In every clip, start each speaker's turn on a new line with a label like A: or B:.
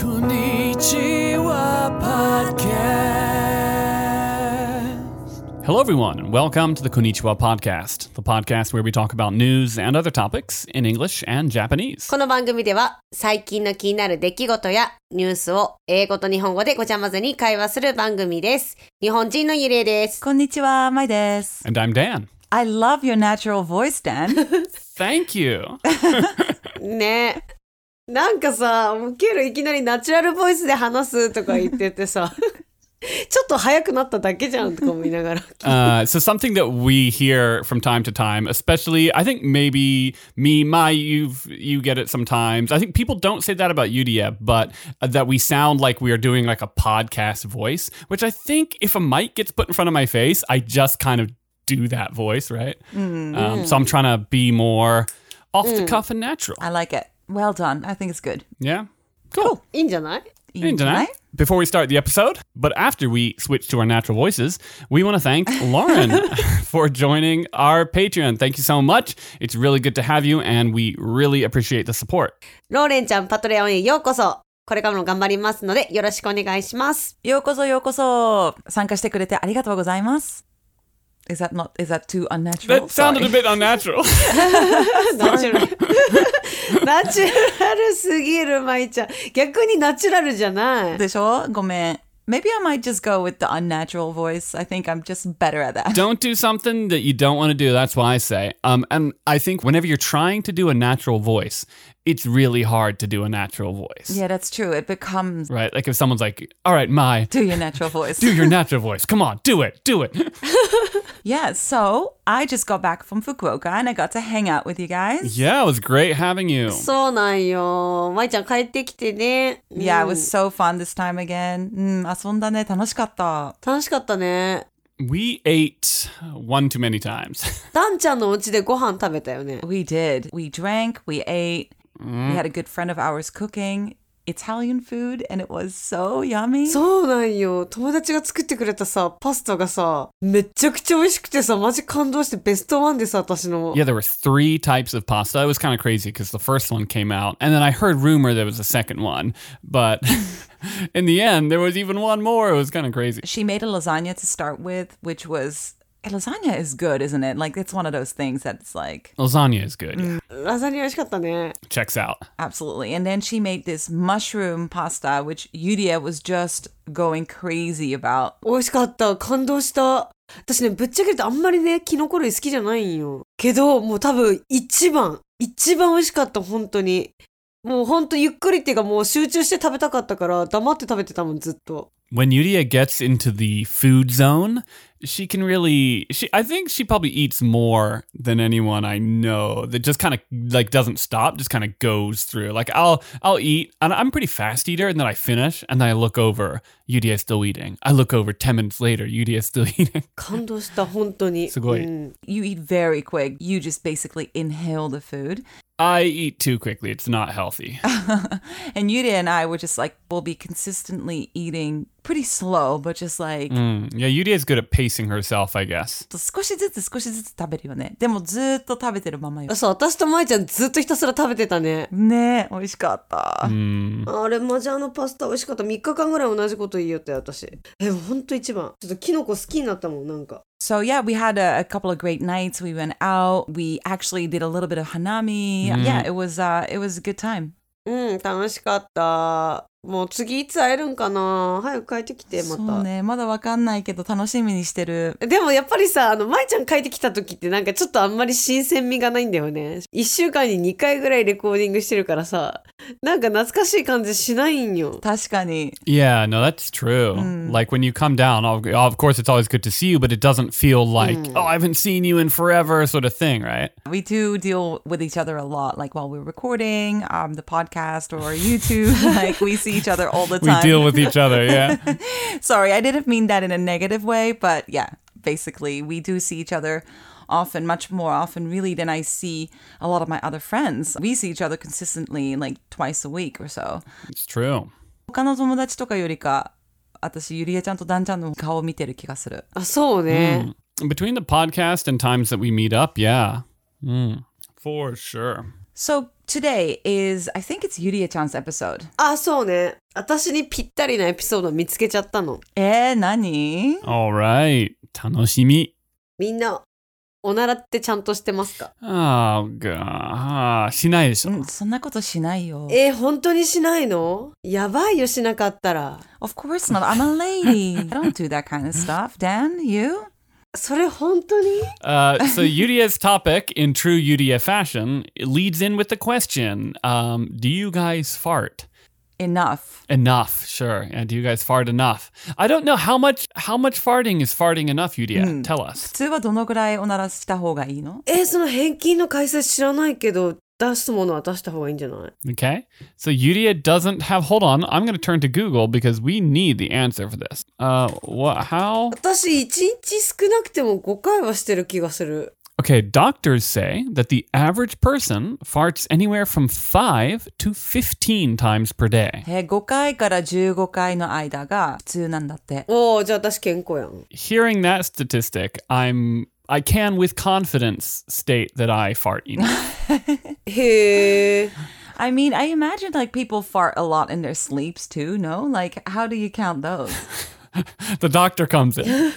A: こんにちは podcast
B: Hello, everyone, and welcome to the Konnichiwa Podcast, the podcast where we talk about news and other topics in English and Japanese.
C: この番組では最近の気になる出来事やニュースを英語と日本語でごちゃ混ぜに会話する番組です。日本人のゆりえです。
D: こんにちは、まいです。
B: And I'm Dan.
D: I love your natural voice, Dan.
B: Thank you.
C: ねなんかさ、ウケるいきなりナチュラルボイスで話すとか言ってて さ、ちょっと早くなっただけじゃんとか思いながら。
B: Uh, so, something that we hear from time to time, especially, I think maybe me, my, you've, you get it sometimes. I think people don't say that about UDF, but uh, that we sound like we are doing like a podcast voice, which I think if a mic gets put in front of my face, I just kind of do that voice, right? Um, so I'm trying to be more off the cuff and natural.
D: I like it. Well done. I think it's good.
B: Yeah. Cool.
C: いいんじゃない
D: いいんじゃない
B: Before we start the episode, but after we switch to our natural voices, we want to thank Lauren for joining our Patreon. Thank you so much. It's really good to have you, and we really appreciate the support.
D: Oh,
C: ローレンちゃんパトレオンへようこそ。これからも頑張りますのでよろしくお願いします。
D: ようこそようこそ。参加してくれてありがとうございます。Is that not, is that too unnatural?
B: That sounded a
D: Sorry.
B: bit unnatural.
C: ナチュラル。 ナチュラルすぎる、まいちゃん。逆にナチュラルじゃ ない。
D: でしょごめん。Maybe I might just go with the unnatural voice. I think I'm just better at that.
B: don't do something that you don't want to do. That's what I say. Um, and I think whenever you're trying to do a natural voice, it's really hard to do a natural voice.
D: Yeah, that's true. It becomes
B: Right? Like if someone's like, all right, my,
D: do your natural voice.
B: do your natural voice. Come on, do it, do it.
D: yeah, so I just got back from Fukuoka and I got to hang out with you guys.
B: yeah, it was great having you.
C: そうなんよ。まいちゃん帰ってきてね。うん
D: Yeah, it was so fun this time again. Mm, うん、遊んだね。楽しかった。
C: 楽しかったね。
B: We ate one too many times.
C: ダンちゃんのお家でご飯食べたよね。
D: We did. We drank, we ate. We had a good friend of ours cooking Italian food, and it was so yummy.
C: そうなんよ。友達が作ってくれたさ、パスタがさ、めちゃくちゃ美味しくてさ、マジ感動してベストワンでさ、私の。
B: yeah, there were three types of pasta. It was kind of crazy because the first one came out, and then I heard rumor there was a second one, but in the end, there was even one more. It was kind of crazy.
D: she made a lasagna to start with, which was a lasagna is good, isn't it? Like it's one of those things that's like
B: Lasagna is good. Yeah,
C: ラザニア美味しかったね。
B: checks out.
D: absolutely. And then she made this mushroom pasta, which Yudia was just going crazy about.
C: 美味しかった。感動した。私ね、ぶっちゃけるとあんまりね、キノコ類好きじゃないんよ。けど、もう多分一番、一番美味しかった、本当に。もう本当ゆっくりっていうかもう集中して食べたかったから、黙って食べてたもん、ずっと。
B: When Yudia gets into the food zone, she can really. She, I think she probably eats more than anyone I know. That just kind of like doesn't stop. Just kind of goes through. Like I'll I'll eat, and I'm a pretty fast eater, and then I finish, and then I look over. Yudia's still eating. I look over ten minutes later. Yudia's still eating.
C: 感動した、本当に。
B: すごい
C: うん
D: You eat very quick. You just basically inhale the food.
B: I eat too quickly. It's not healthy.
D: And Yudia and I were just like, we'll be consistently eating pretty slow, but just like
B: Mm, Yeah, Yudia's good at pacing herself, I guess.
D: 少しずつ少しずつ食べるよね。でもずーっと食べてるままよ。
C: そう、私と舞ちゃんずっとひたすら食べてたね。
D: ねえ、美味しかった。
B: Mm.
C: あれ、マジあのパスタ美味しかった。3日間ぐらい同じこと言いよって、私。え、ほんと一番。ちょっとキノコ好きになったもん、なんか。
D: So yeah, we had a, a couple of great nights. We went out. We actually did a little bit of hanami. Yeah, it was uh, it was a good time.
C: うん、楽しかった。もう次いつ会えるんかな早く帰ってきて、ま
D: そう
C: た。
D: ね、まだわかんないけど楽しみにしてる。
C: でもやっぱりさ、あの、舞ちゃん帰ってきた時ってなんかちょっとあんまり新鮮味がないんだよね。1週間に2回ぐらいレコーディングしてるからさ、なんか懐かしい感じしないんよ。
D: 確かに。
B: Yeah, no, that's true. Like when you come down, of of course, it's always good to see you, but it doesn't feel like, oh, I haven't seen you in forever, sort of thing, right?
D: We do deal with each other a lot, like while we're recording um, the podcast or YouTube. like we see each other all the
B: We
D: time.
B: deal with each other, yeah.
D: Sorry, I didn't mean that in a negative way, but yeah, basically, we do see each other often, much more often, really, than I see a lot of my other friends. We see each other consistently, like twice a week or so.
B: it's true.
D: 他の友達とかよりか、私、ゆりえちゃんとダンちゃんの顔を見てる気がする。
C: あ、そうね。
B: Between the podcast and times that we meet up, yeah. Mm, for sure.
D: So today is, I think it's Yuria-chan's episode.
C: あ、そうね。私にぴったりなエピソードを見つけちゃったの。
D: Eh, nani?
B: All right. Tanoshimi.
C: みんな、おならってちゃんとしてますか
B: Oh, God. しないでしょ。
D: Mm, そんなことしないよ。
C: えー、本当にしないのやばいよ、しなかったら。
D: Of course not. I'm a lady. I don't do that kind of stuff. Dan, you?
C: それ本当に
B: Uh, so Yudia's topic, in true Yudia fashion, it leads in with the question: um, Do you guys fart
D: Enough.
B: enough? Sure. Yeah, do you guys fart enough? I don't know how much how much farting is farting enough, Yudia. Tell us.
D: 普通はどのぐらいおならした方がいいの
C: えー、その返金の解説知らないけど、出すものは出した方がいいんじゃない
B: Okay. So Yudia doesn't have. Hold on. I'm going to turn to Google because we need the answer for this. Uh, what? How?
C: 私、1日少なくても5回はしてる気がする。
B: Okay. Doctors say that the average person farts anywhere from five to fifteen times per day.
D: えー5回から15回の間が普通なんだって。
C: おー、じゃあ私健康やん。
B: hearing that statistic, I'm I can with confidence state that I fart enough.
C: へー。
D: I mean, I imagine like people fart a lot in their sleeps too, no? Like, how do you count those?
B: the doctor comes in.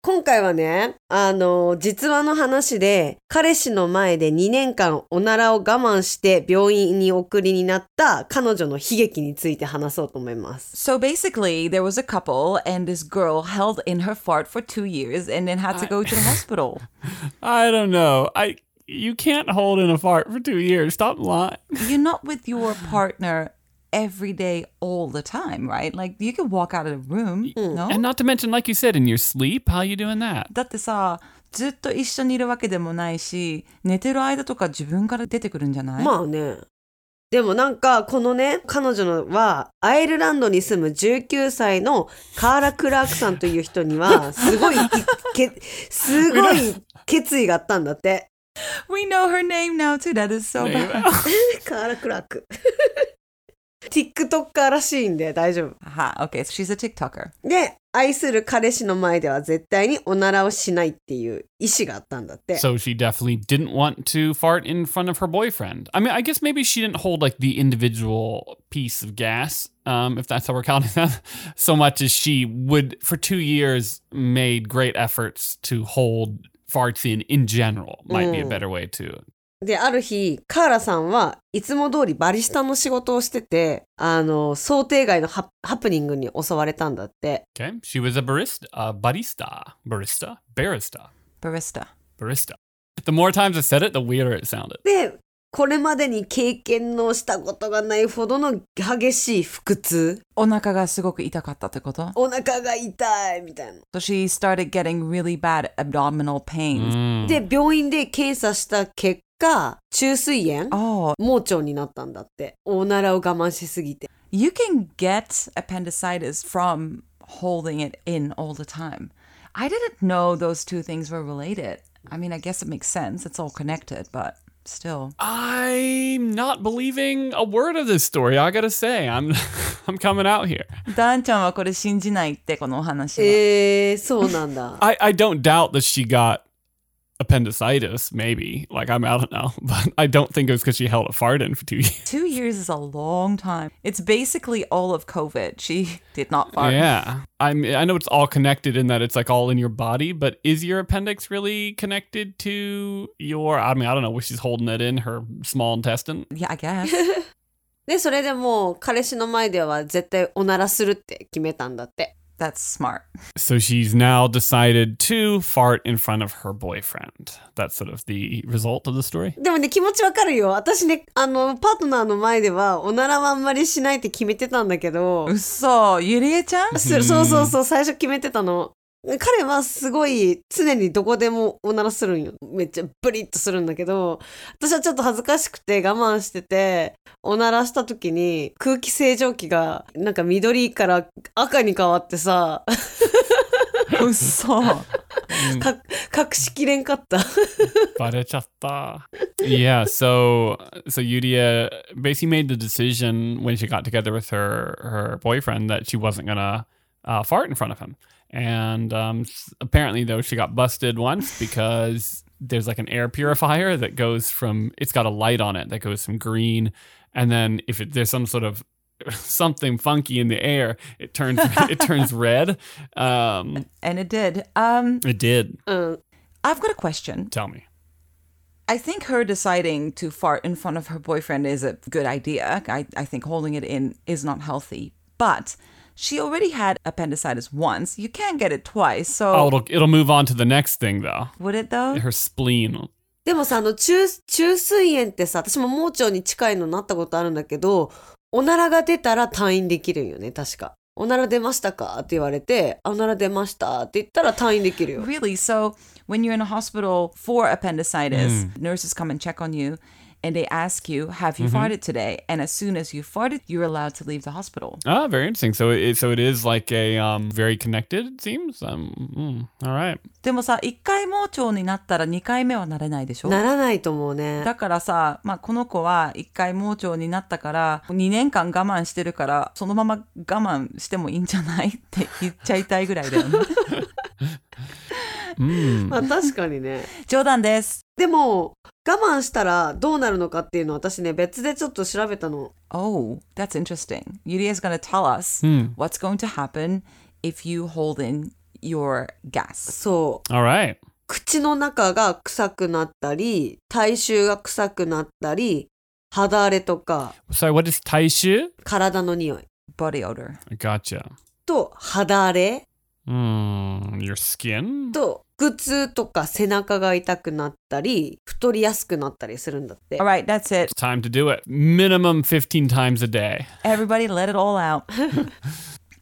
C: 今回はね、あの、実話の話で、彼氏の前で2年間おならを我慢して病院に送りになった彼女の悲劇について話そうと思います。
D: So basically, there was a couple, and this girl held in her fart for two years and then had to go to the hospital.
B: I don't know. I you can't hold in a fart for two years. Stop lying.
D: You're not with your partner every day, all the time, right? Like, you can walk out of the room, no?
B: Mm. And not to mention, like you said, in your sleep, how you doing that?
D: だってさ、ずっと一緒にいるわけでもないし、寝てる間とか自分から出てくるんじゃない、
C: まあね。でもなんか、このね、彼女のは、アイルランドに住む19歳のカーラ・クラークさんという人には、すごい、いけすごい決意があったんだって。
D: We know her name now too. That is so bad.
C: カーラ・クラーク。TikToker らしいんで大丈夫。
D: Aha, okay, so she's a TikToker.
C: で、愛する彼氏の前では絶対におならをしないっていう意思があったんだって。
B: So she definitely didn't want to fart in front of her boyfriend. I mean, I guess maybe she didn't hold like the individual piece of gas, um, if that's how we're counting that, so much as she would for two years made great efforts to hold farts in in general. Might be a
C: Mm.
B: better way to.
C: で、ある日、カーラさんはいつも通りバリスタの仕事をしてて、あの、想定外のハハプニングに襲われたんだって。
B: Okay, she was a barista, a barista, barista, barista,
D: Barista.
B: barista. The more times I said it, the weirder it sounded.
C: で、これまでに経験のしたことがないほどの激しい腹痛。
D: お腹がすごく痛かったってこと
C: お腹が痛いみたいな。
D: So she started getting really bad abdominal pains.
B: Mm.
C: で、病院で検査した結果、虫垂炎
D: Oh,
C: 盲腸になったんだって。おならを我慢しすぎて。
D: you can get appendicitis from holding it in all the time. I didn't know those two things were related. I mean, I guess it makes sense. It's all connected, but still.
B: I'm not believing a word of this story. I gotta say, I'm I'm coming out here.
D: ダンちゃんはこれ信じないって、このお話は。
B: Eh.
C: えー、そうなんだ。
B: I I don't doubt that she got appendicitis. Maybe like I'm out now, but I don't think it was because she held a fart in for two years.
D: Two years is a long time. It's basically all of COVID. She did not fart.
B: Yeah, I'm. I know it's all connected in that it's like all in your body, but is your appendix really connected to your? I mean, I don't know. Where she's holding it in her small intestine.
D: Yeah, I guess.
C: で、それでもう彼氏の前では絶対おならするって決めたんだって。
D: That's smart.
B: So she's now decided to fart in front of her boyfriend. That's sort of the result of the story.
C: でもね、気持ちわかるよ。私ね、あの、パートナーの前ではおならはあんまりしないって決めてたんだけど、
D: 嘘ゆりえちゃん
C: そそうそうそう、最初決めてたの。彼はすごい常にどこでもおならするんよ。めっちゃブリッとするんだけど、私はちょっと恥ずかしくて我慢してて、おならした時に空気清浄機がなんか緑から赤に変わってさ、
D: 嘘
C: か隠しきれんかった。
B: Barachata. yeah, so so Yudia basically made the decision when she got together with her her boyfriend that she wasn't gonna uh, fart in front of him. And um, s- apparently, though, she got busted once because there's like an air purifier that goes from it's got a light on it that goes from green and then if it, there's some sort of something funky in the air it turns it turns red um
D: And it did. Um,
B: it did
C: うん。
D: I've got a question.
B: tell me
D: I think her deciding to fart in front of her boyfriend is a good idea. I, I think holding it in is not healthy. But she already had appendicitis once. You can't get it twice. So
B: oh it'll, it'll move on to the next thing though
D: would it though?
B: her spleen
C: でもさ、あの、中、中水炎ってさ、私も盲腸に近いのなったことあるんだけど、おならが出たら退院できるんよね、確か。おなら出ましたかって言われて、あおなら出ましたって言ったら退院できるよ。
D: Really? So when you're in a hospital for appendicitis, nurses come and check on you and they ask you, Have you farted today? And as soon as you farted, you're allowed to leave the hospital.
B: ah very interesting so it so it is like a um very connected it seems um mm, all right
D: でもさ、1回盲腸になったら2回目はなれないでしょ
C: ならないと思うね。
D: だからさ、まあ、この子は一回盲腸になったから2年間我慢してるからそのまま我慢してもいいんじゃないって言っちゃいたいぐらいだよね
C: まあ確かにね。
D: 冗談です
C: でも、我慢したらどうなるのかっていうのを私ね、別でちょっと調べたの。
D: Oh, that's interesting. Yulia is going to tell us
B: Hmm.
D: what's going to happen if you hold in your gas.
C: そう。
B: all right
C: 口の中が臭くなったり、体臭が臭くなったり、肌荒れとか、
B: so what is taishu
C: 体の匂い
D: Body odor.
B: gotcha
C: と、肌荒れ
B: mm, your skin
C: と、腹痛とか背中が痛くなったり、太りやすくなったりするんだって。
D: All right, that's it.
B: time to do it minimum 15 times a day
D: Everybody let it all out.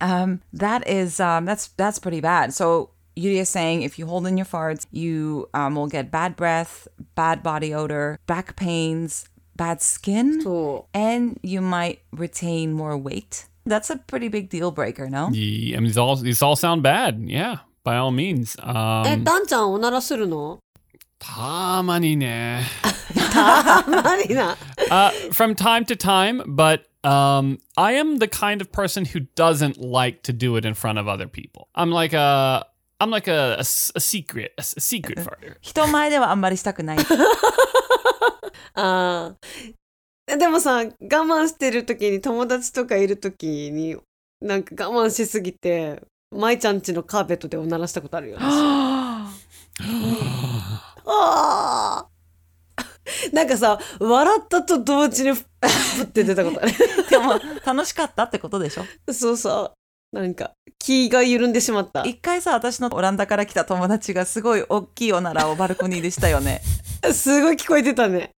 D: um, that is um, that's that's pretty bad. So Yulia is saying if you hold in your farts, you um, will get bad breath, bad body odor, back pains, bad skin,
C: そ
D: and you might retain more weight. That's a pretty big deal breaker, no?
B: Yeah, I mean, these all these all sound bad. Yeah, by all means.
C: う。え、
B: Um,
C: ダンちゃんおならする の
B: tamanine.
C: たまにな。
B: uh, from time to time, but um, I am the kind of person who doesn't like to do it in front of other people. I'm like a I'm like a, a s- a secret a, s- a secret farter.
D: 人前ではあんまりしたくない。
C: ああ。でもさ、我慢してる時に友達とかいる時に、なんか我慢しすぎて、舞ちゃんちのカーペットでおならしたことあるよ。ああ。なんかさ、笑ったと同時に、ふって 出たことある。
D: でも楽しかったってことでしょ
C: そうそう。なんか、気が緩んでしまった。
D: 一回さ、私のオランダから来た友達がすごい大きいおならをバルコニーでしたよね。
C: すごい聞こえてたね。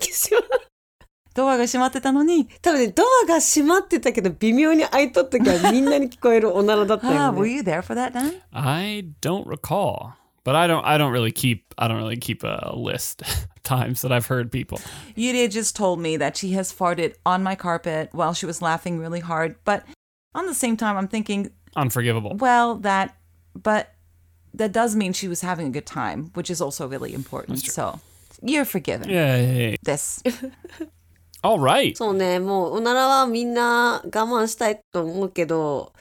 C: 消しま
D: ドアが閉まってたのに、
C: 多分ね、ドアが閉まってたけど、微妙に開いとったからみんなに聞こえるおならだった
D: あ
C: よ
D: あ、were Ah,
C: ね。
D: you there for that, Dan?
B: I don't recall, but I don't I don't really keep I don't really keep a list of times that I've heard people.
D: Yuria just told me that she has farted on my carpet while she was laughing really hard. But on the same time, I'm thinking,
B: Unforgivable.
D: well, that, but that does mean she was having a good time, which is also really important. So you're forgiven.
B: Yay.
D: This.
B: All right.
C: そうね、もうおならはみんな我慢したいと思うけど、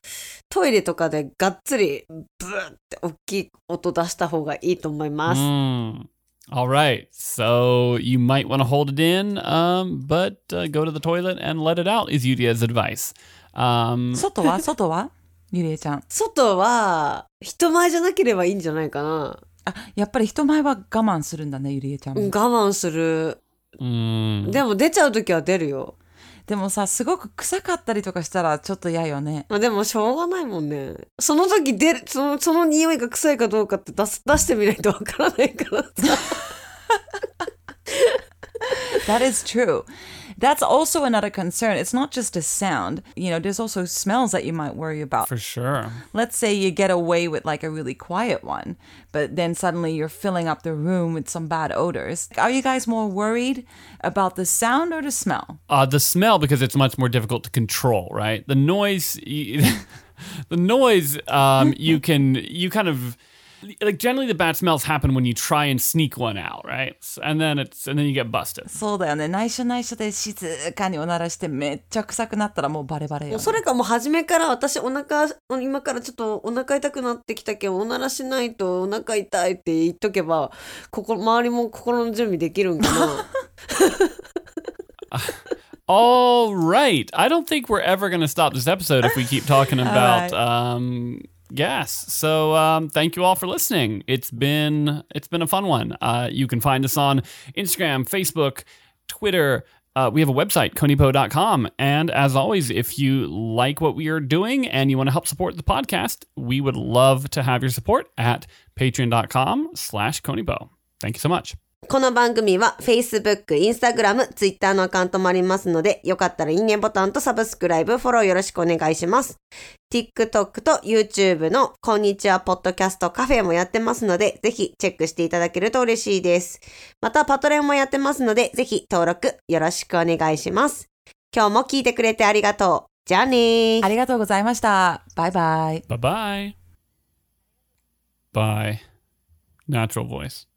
C: トイレとかでがっつりブーって大きい音出した方がいいと思います。
B: Mm. All right. So you might want to hold it in, um, but uh, go to the toilet and let it out, is Yudia's advice. Um,
D: 外は外はゆりえちゃん。
C: 外は人前じゃなければいいんじゃないかな。
D: あ、やっぱり人前は我慢するんだね、ゆりえちゃん
C: うん
D: も。
C: 我慢する。
B: mm,
C: でも出ちゃう時は出るよ。
D: でもさ、すごく臭かったりとかしたらちょっと嫌よね。
C: まあでもしょうがないもんね。その時出る、その、その匂いが臭いかどうかって出す、出してみないとわからないからさ。
D: That is true. That's also another concern. It's not just a sound. You know, there's also smells that you might worry about.
B: for sure.
D: Let's say you get away with like a really quiet one, but then suddenly you're filling up the room with some bad odors. Are you guys more worried about the sound or the smell?
B: Uh, the smell, because it's much more difficult to control, right? The noise, y- the noise, um, you can, you kind of. like generally the bad smells happen when you try and sneak one out, right? S- And then it's and then you get busted.
D: そうだよね。内緒内緒で静かにおならしてめっちゃ臭くなったらもうバレバレよ、
C: もうそれかもう初めから私お腹今からちょっとお腹痛くなってきたけんおならしないとお腹痛いって言っとけばここ周りも心の準備できるんかな
B: All right. I don't think we're ever going to stop this episode if we keep talking about um gas. So um thank you all for listening. It's been it's been a fun one. Uh you can find us on Instagram, Facebook, Twitter, uh, we have a website, conipo.com. And as always, if you like what we are doing and you want to help support the podcast, we would love to have your support at patreon.com slash conipo. Thank you so much.
C: この番組は Facebook、Instagram、Twitter のアカウントもありますのでよかったらいいねボタンとサブスクライブ、フォローよろしくお願いします。TikTok と YouTube のこんにちはポッドキャストカフェもやってますのでぜひチェックしていただけると嬉しいです。またパトレンもやってますのでぜひ登録よろしくお願いします。今日も聞いてくれてありがとう。じゃあねー。
D: ありがとうございました。バイバイ。
B: Bye bye. Bye. Natural voice.